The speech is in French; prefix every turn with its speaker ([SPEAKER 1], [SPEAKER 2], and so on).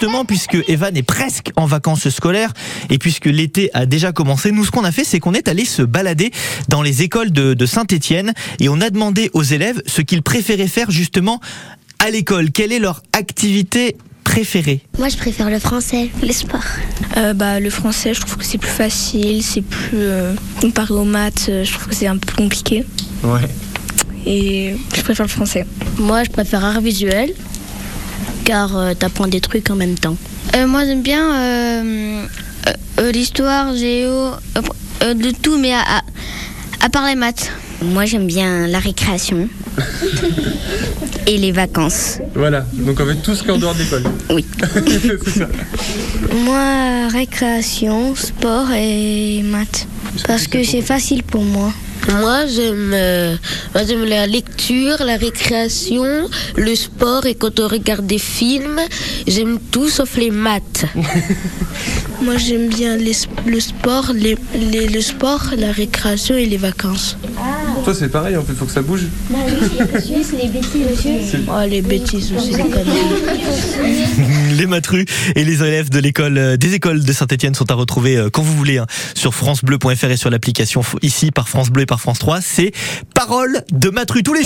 [SPEAKER 1] temps puisque Evan est presque en vacances scolaires et puisque l'été a déjà commencé, nous ce qu'on a fait c'est qu'on est allé se balader dans les écoles de, de Saint-Étienne et on a demandé aux élèves ce qu'ils préféraient faire justement à l'école. Quelle est leur activité préférée
[SPEAKER 2] Moi, je préfère le français, le sport.
[SPEAKER 3] Euh, bah, le français, je trouve que c'est plus facile, c'est plus. euh, comparé aux maths, euh, je trouve que c'est un peu compliqué.
[SPEAKER 1] Ouais.
[SPEAKER 3] Et je préfère le français.
[SPEAKER 4] Moi, je préfère art visuel, car euh, t'apprends des trucs en même temps.
[SPEAKER 2] moi, j'aime bien euh, euh, euh, l'histoire, géo, euh, euh, de tout, mais à, à- à part les maths.
[SPEAKER 4] Moi, j'aime bien la récréation et les vacances.
[SPEAKER 5] Voilà, donc on fait tout ce qui est en dehors de l'école.
[SPEAKER 4] Oui.
[SPEAKER 5] C'est ça.
[SPEAKER 2] Moi, récréation, sport et maths. Parce que c'est facile pour moi.
[SPEAKER 6] Moi, j'aime euh, moi, j'aime la lecture, la récréation, le sport et quand on regarde des films, j'aime tout sauf les maths.
[SPEAKER 3] Moi, j'aime bien le sport, le sport, la récréation et les vacances.
[SPEAKER 5] Toi, c'est pareil, en fait, faut que ça bouge.
[SPEAKER 6] Oh, les bêtises aussi, c'est comme
[SPEAKER 1] Les matrus et les élèves de l'école euh, des écoles de Saint-Étienne sont à retrouver euh, quand vous voulez hein, sur francebleu.fr et sur l'application f- ici par France Bleu et par France 3. C'est Parole de Matru tous les